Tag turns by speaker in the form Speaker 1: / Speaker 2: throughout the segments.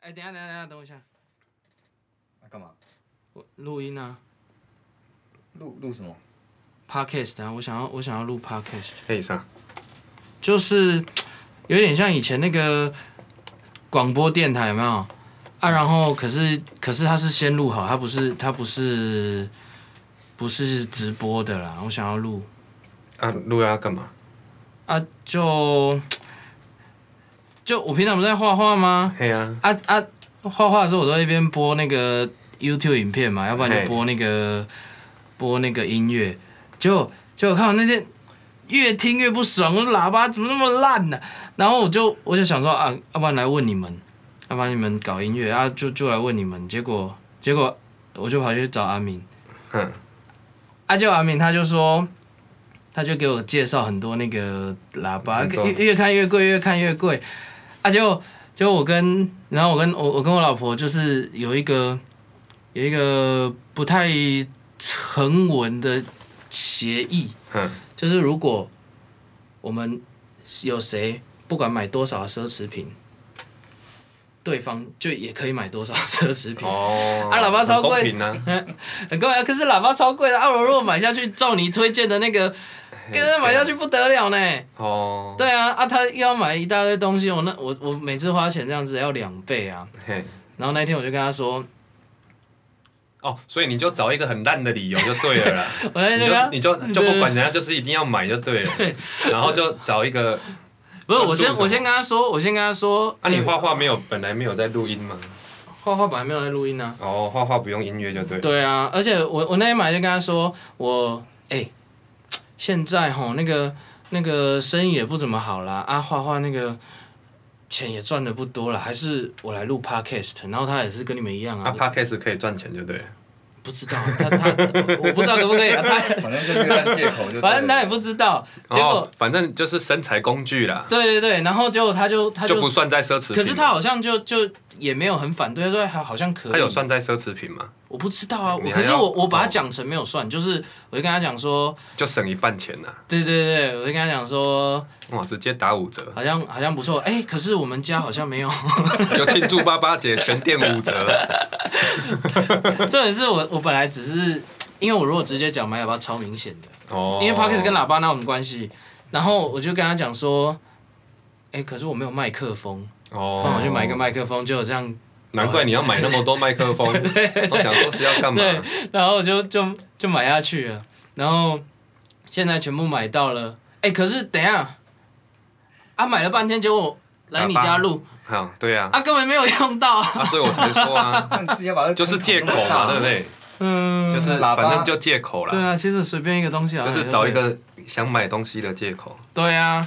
Speaker 1: 哎，等一下，等一下，等一下，等我一下，
Speaker 2: 那干嘛？
Speaker 1: 我录音啊
Speaker 2: 录录什么？
Speaker 1: ，podcast 啊，我想要，我想要录 podcast，
Speaker 3: 可以上。
Speaker 1: 就是有点像以前那个广播电台，有没有？啊，然后可是可是它是先录好，它不是它不是不是直播的啦，我想要录
Speaker 3: 啊，录要干嘛？
Speaker 1: 啊，就就我平常不是在画画吗？
Speaker 3: 嘿啊，
Speaker 1: 啊啊，画画的时候我都一边播那个 YouTube 影片嘛，要不然就播那个播那个音乐，结果结果看我那天越听越不爽，我说喇叭怎么那么烂呢、然后我就我就想说啊，要不然来问你们，要不然你们搞音乐啊，就就来问你们，结果结果我就跑去找阿明，
Speaker 3: 嗯，
Speaker 1: 啊，就阿明他就说。他就给我介绍很多那个喇叭，
Speaker 2: 很多
Speaker 1: 越越看越贵，越看越贵。啊，就就我跟，然后我跟我我跟我老婆就是有一个有一个不太成文的协议，
Speaker 3: 嗯，
Speaker 1: 就是如果我们有谁不管买多少的奢侈品，对方就也可以买多少的奢侈品。
Speaker 3: 哦
Speaker 1: 啊喇叭超贵
Speaker 3: 很公平啊，
Speaker 1: 很贵啊，可是喇叭超贵的啊！我如果买下去，照你推荐的那个，跟他买下去不得了呢。
Speaker 3: 啊哦，
Speaker 1: 对啊，啊，他又要买一大堆东西，我那我我每次花钱这样子要两倍啊。
Speaker 3: 嘿，
Speaker 1: 然后那天我就跟他说，
Speaker 3: 哦，所以你就找一个很烂的理由就 对了啦，
Speaker 1: 我那天
Speaker 3: 你
Speaker 1: 就跟他
Speaker 3: 就你就就不管人家，就是一定要买就对了，然后就找一个，
Speaker 1: 不是，我
Speaker 3: 那
Speaker 1: 先
Speaker 3: 录什么
Speaker 1: 我先跟他说，我先跟他说，
Speaker 3: 啊，你
Speaker 1: 欸
Speaker 3: 画画没有本来没有在录音吗？
Speaker 1: 画画本来没有在录音啊。
Speaker 3: 哦，画画不用音乐就对了，
Speaker 1: 对啊，而且我我那天买就跟他说，我哎、现在吼那个那个生意也不怎么好啦，啊，画画那个钱也赚的不多了，还是我来录 podcast，然后他也是跟你们一样啊，
Speaker 3: 啊，podcast 可以赚钱就对了，
Speaker 1: 不知道他他我我不知道可不可以啊，他
Speaker 2: 反正就是烂借口就对了。
Speaker 1: 反正他也不知道，结果、
Speaker 3: 哦，反正就是生财工具啦，
Speaker 1: 对对对，然后结果他就他就
Speaker 3: 就不算在奢侈品，
Speaker 1: 可是他好像就就也没有很反对，他说好好像可以，
Speaker 3: 他有算在奢侈品吗？
Speaker 1: 我不知道啊，我
Speaker 3: 你
Speaker 1: 可
Speaker 3: 还
Speaker 1: 是
Speaker 3: 要
Speaker 1: 我我把它
Speaker 3: 哦
Speaker 1: 讲成没有算，就是我就跟他讲说，
Speaker 3: 就省一半钱呐，
Speaker 1: 对对对，我就跟他讲说，
Speaker 3: 哇，直接打五折，
Speaker 1: 好像好像不错，哎、可是我们家好像没有，
Speaker 3: 就庆祝八八节全店五折。
Speaker 1: 重点是我我本来只是因为我如果直接讲买喇叭超明显的，
Speaker 3: 哦
Speaker 1: 因为 podcast 跟喇叭哪有什么关系？然后我就跟他讲说，哎、可是我没有麦克风，
Speaker 3: 哦，
Speaker 1: 帮我去买一个。麦克风，就有这样，
Speaker 3: 难怪你要买那么多麦克风，我想说是要 干嘛？
Speaker 1: 然后我就就就买下去了，然后现在全部买到了，哎、可是等一下，啊买了半天，结果来你家录，
Speaker 3: 好，对啊，
Speaker 1: 啊根本没有用 到，
Speaker 3: 啊，所以我才说啊，
Speaker 2: 那你自己要把这
Speaker 3: 就是借口嘛，对不？对？
Speaker 1: 嗯，
Speaker 3: 就是
Speaker 2: 喇叭
Speaker 3: 反正就借口
Speaker 1: 对
Speaker 3: 啦，
Speaker 1: 啊，其实随便一个东西啊，
Speaker 3: 就是找一个想买东西的借口，
Speaker 1: 对啊，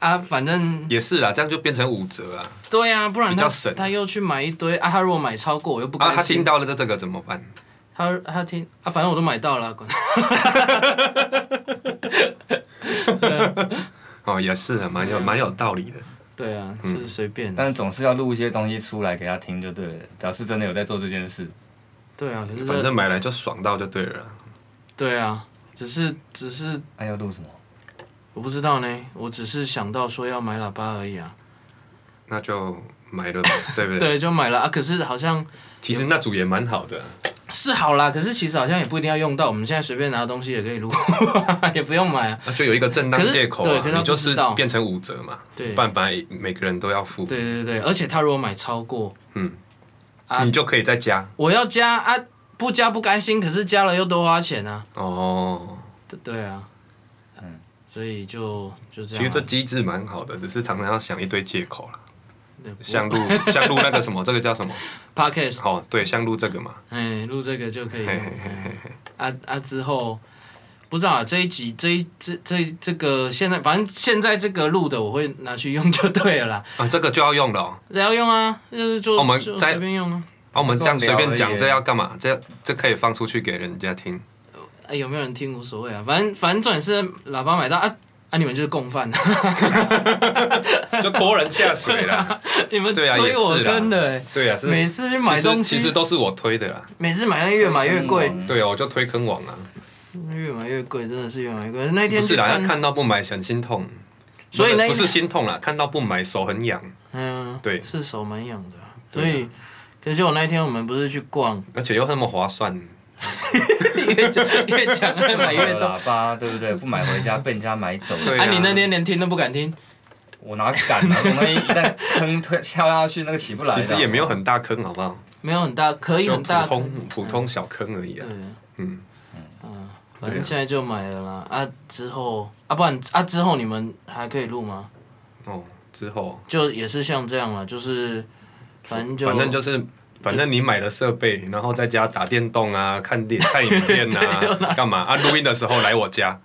Speaker 1: 啊，反正
Speaker 3: 也是啦，这样就变成五折啊。
Speaker 1: 对啊，不然
Speaker 3: 比
Speaker 1: 他
Speaker 3: 较省
Speaker 1: 他又去买一堆啊，他如果买超过，我又不甘
Speaker 3: 啊，
Speaker 1: 心。
Speaker 3: 他听到了这这个怎么办？
Speaker 1: 他他听啊，反正我都买到了啊，管他。
Speaker 3: 哦，也是啊，蛮有蛮有道理的。
Speaker 1: 对啊，
Speaker 3: 嗯
Speaker 1: 就是随便。
Speaker 2: 但总是要录一些东西出来给他听就对了，表示真的有在做这件事。
Speaker 1: 对啊，可是
Speaker 3: 反正买来就爽到就对了啦。
Speaker 1: 对啊，只是只是
Speaker 2: 哎，要录什么？
Speaker 1: 我不知道呢，我只是想到说要买喇叭而已啊。
Speaker 3: 那就买了吧，对不对？
Speaker 1: 对，就买了啊。可是好像
Speaker 3: 其实那组也蛮好的啊，
Speaker 1: 是好啦，可是其实好像也不一定要用到，我们现在随便拿东西也可 以录，也不用买啊。
Speaker 3: 那就有一个正当
Speaker 1: 可是
Speaker 3: 借口
Speaker 1: 对
Speaker 3: 啊
Speaker 1: 可是，他
Speaker 3: 你就
Speaker 1: 不知
Speaker 3: 是
Speaker 1: 道
Speaker 3: 变成五折嘛，
Speaker 1: 对
Speaker 3: 不然本来每个人都要付，
Speaker 1: 对对对，而且他如果买超过，
Speaker 3: 嗯
Speaker 1: 啊，
Speaker 3: 你就可以再加
Speaker 1: 我要加啊，不加不甘心，可是加了又多花钱啊。
Speaker 3: 哦。
Speaker 1: 对对啊，嗯
Speaker 2: 嗯，
Speaker 1: 所以就就这
Speaker 3: 其
Speaker 1: 样
Speaker 3: 实
Speaker 1: 啊。
Speaker 3: 这机制蛮好的，只是常常要想一堆借口啦，
Speaker 1: 对不
Speaker 3: 像 录像录那个什么，这个叫什么？
Speaker 1: podcast，
Speaker 3: 哦，对，像录这个嘛，
Speaker 1: 哎，录这个就可以用
Speaker 3: 嘿嘿嘿嘿嘿
Speaker 1: 啊啊！之后不知道啊，这一集这一这这这个现在，反正现在这个录的我会拿去用就对了啦，
Speaker 3: 啊，这个就要用了哦。
Speaker 1: 只要用啊，就是就
Speaker 3: 我们
Speaker 1: 就
Speaker 3: 在
Speaker 1: 随便用啊。
Speaker 3: 啊，我们这样随便
Speaker 2: 乱聊而
Speaker 3: 讲，
Speaker 2: 已
Speaker 3: 这要干嘛？这这可以放出去给人家听。
Speaker 1: 啊，有没有人听无所谓啊，反正反正重点是喇叭买到啊啊！你们就是共犯，
Speaker 3: 就拖人下水啦。
Speaker 1: 你们
Speaker 3: 对啊也
Speaker 1: 推
Speaker 3: 是
Speaker 1: 我
Speaker 3: 啦
Speaker 1: 跟的、欸，
Speaker 3: 对啊，是
Speaker 1: 每次去
Speaker 3: 其
Speaker 1: 买
Speaker 3: 实
Speaker 1: 东
Speaker 3: 其实
Speaker 1: 西，
Speaker 3: 都是我推的啦。
Speaker 1: 每次买越买越贵，
Speaker 3: 对啊，我就推坑网啊，
Speaker 1: 越买越贵，真的是越买越贵。那一
Speaker 3: 不
Speaker 1: 天
Speaker 3: 是
Speaker 1: 去
Speaker 3: 啦，要看到不买很心痛，
Speaker 1: 所以那一
Speaker 3: 不是心痛啦，看到不买手很痒。
Speaker 1: 嗯，
Speaker 3: 对啊
Speaker 1: 是手蛮痒的。啊所以，可是就我那一天我们不是去逛，
Speaker 3: 而且又那么划算，
Speaker 1: 越讲越讲越买越
Speaker 2: 买
Speaker 1: 多。
Speaker 2: 喇叭，对不对？不买回家被人家买走，
Speaker 3: 对
Speaker 1: 啊，
Speaker 3: 啊
Speaker 1: 你那天连听都不敢听，
Speaker 2: 我哪敢啊？我那一旦坑推跳下去，那个起不来的。
Speaker 3: 其实也没有很大坑，好不好？
Speaker 1: 没有很大，可以
Speaker 3: 就
Speaker 1: 很大
Speaker 3: 普
Speaker 1: 坑。嗯
Speaker 3: 通普通小坑而已
Speaker 1: 对
Speaker 3: 啊。，嗯，
Speaker 1: 嗯，反正现在就买了啦。啊，之后啊，不然啊，之后你们还可以录吗？
Speaker 3: 哦，之后
Speaker 1: 就也是像这样了，就是反正就
Speaker 3: 反 正就是。反正你买了设备，然后在家打电动 啊、看电、看影片啊，干嘛啊？录音的时候来我家，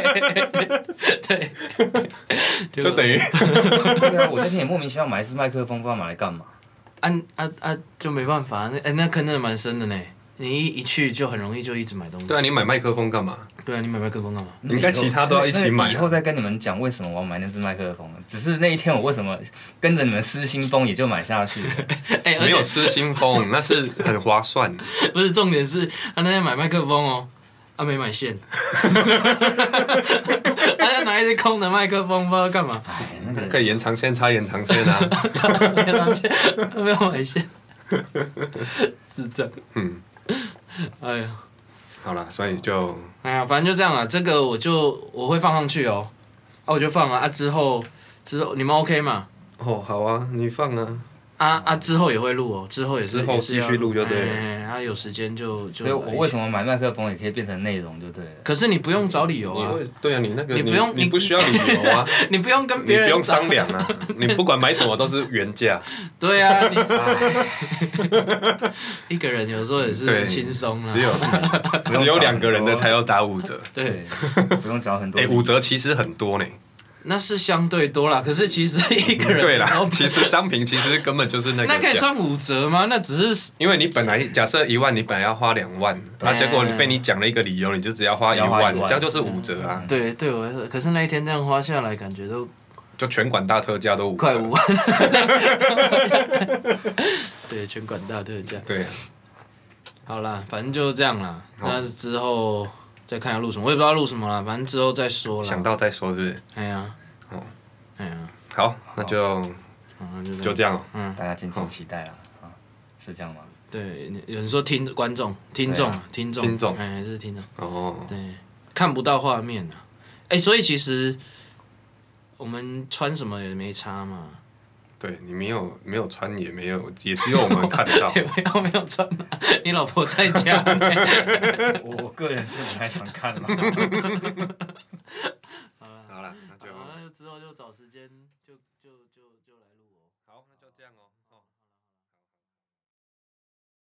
Speaker 1: 就
Speaker 3: 就等 于
Speaker 2: 对啊，我那天也莫名其妙买一支麦克风，不知道买来干嘛。
Speaker 1: 啊啊啊，就没办法。那哎、那坑真的蛮深的呢。你一一去就很容易就一直买东西。
Speaker 3: 对啊，你买麦克风干嘛？
Speaker 1: 对啊，你买麦克风 干嘛？
Speaker 2: 那
Speaker 3: 应该
Speaker 2: 以后
Speaker 3: 其他都要一起买啊
Speaker 2: 那以后再跟你们讲为什么我要买那支麦克风。只是那一天我为什么跟着你们失心疯，也就买下去了。
Speaker 1: 哎、而
Speaker 3: 没有
Speaker 1: 且
Speaker 3: 失 心疯，那是很划算。
Speaker 1: 不是重点是，他那天买麦克风哦，他、没买 线， 他在拿一只空的麦克风，不知道干嘛，
Speaker 2: 哎，那
Speaker 1: 嗯
Speaker 2: 个
Speaker 3: 可以延长线插延长线 啊，
Speaker 1: 他啊没有买线， 智障。
Speaker 3: 嗯，
Speaker 1: 哎呀，
Speaker 3: 好了，所以就
Speaker 1: 哎呀，反正就这样啊。这个我就我会放上去哦，啊，我就放了啊。之后之后你们 OK 吗？
Speaker 3: 哦，好啊，你放啊，
Speaker 1: 啊啊，之后也会录哦，之后也是
Speaker 3: 之后
Speaker 1: 也是要
Speaker 3: 继续录就对了
Speaker 1: 哎哎哎啊，有时间就就。
Speaker 2: 所以，我为什
Speaker 1: 么？
Speaker 2: 么买麦克风也可以变成内容，就对了。
Speaker 1: 可是你不用找理由
Speaker 3: 你
Speaker 1: 啊，
Speaker 3: 会对啊，你那个
Speaker 1: 你不用
Speaker 3: 你
Speaker 1: 你
Speaker 3: 不需要理由啊，
Speaker 1: 你不用跟
Speaker 3: 你
Speaker 1: 别人
Speaker 3: 不用
Speaker 1: 找
Speaker 3: 商量啊，你不管买什么都是原价，
Speaker 1: 对啊， 你 一个人有时候也
Speaker 3: 对
Speaker 1: 是轻松啊
Speaker 3: 只。有
Speaker 2: 不用
Speaker 3: 只有
Speaker 2: 找
Speaker 3: 两个人的
Speaker 2: 很多
Speaker 3: 才要打五折，
Speaker 1: 对，，
Speaker 2: 不用找很多
Speaker 3: 哎，
Speaker 2: 理由。
Speaker 3: 五折其实很多呢。
Speaker 1: 那是相对多啦。可是其实一个人
Speaker 3: 嗯对
Speaker 1: 的时
Speaker 3: 啦
Speaker 1: 候，
Speaker 3: 其实商品其实根本就是那
Speaker 1: 那可
Speaker 3: 个
Speaker 1: 以
Speaker 3: 价。
Speaker 1: 算五折吗？那只是
Speaker 3: 因为你本来假设一万，你本来要花两万，那
Speaker 1: 对
Speaker 3: 结果你被你讲了一个理由，你就只要花一
Speaker 2: 只要花
Speaker 3: 万，
Speaker 2: 一万
Speaker 3: 这样就是五折啊，
Speaker 1: 对对我来说，可是那一天这样花下来，感觉都
Speaker 3: 就全馆大特价都五折。
Speaker 1: 快五万。 对，全馆大特价。
Speaker 3: 对啊，
Speaker 1: 好啦，反正就这样啦。
Speaker 3: 好
Speaker 1: 那之后再看要录什么，我也不知道录什么啦，反正之后再说
Speaker 3: 想
Speaker 1: 啦。
Speaker 3: 到再说，是不是？
Speaker 1: 哎呀
Speaker 3: 好，
Speaker 1: 哎呀，
Speaker 3: 好，那就
Speaker 1: 好，那就
Speaker 3: 就
Speaker 1: 这样。
Speaker 3: 这样了。
Speaker 1: 嗯，
Speaker 2: 大家敬请期待啊！啊，是这样吗？
Speaker 1: 对，有人说听观众、听众、
Speaker 2: 对
Speaker 1: 啊、听众、
Speaker 3: 听众
Speaker 1: 哎，这是听众。
Speaker 3: 哦，
Speaker 1: 对，看不到画面啊。哎、所以其实我们穿什么也没差嘛。
Speaker 3: 对你没有没有穿，也没有，也只有我们看得 到。
Speaker 1: 没有没有穿嘛， 你老婆在 家。
Speaker 2: 我我个人是不太想看了。
Speaker 1: 好了，
Speaker 3: 好了，那就
Speaker 1: 好那之后就找时间就就就就来录哦。
Speaker 3: 好，那就这样哦。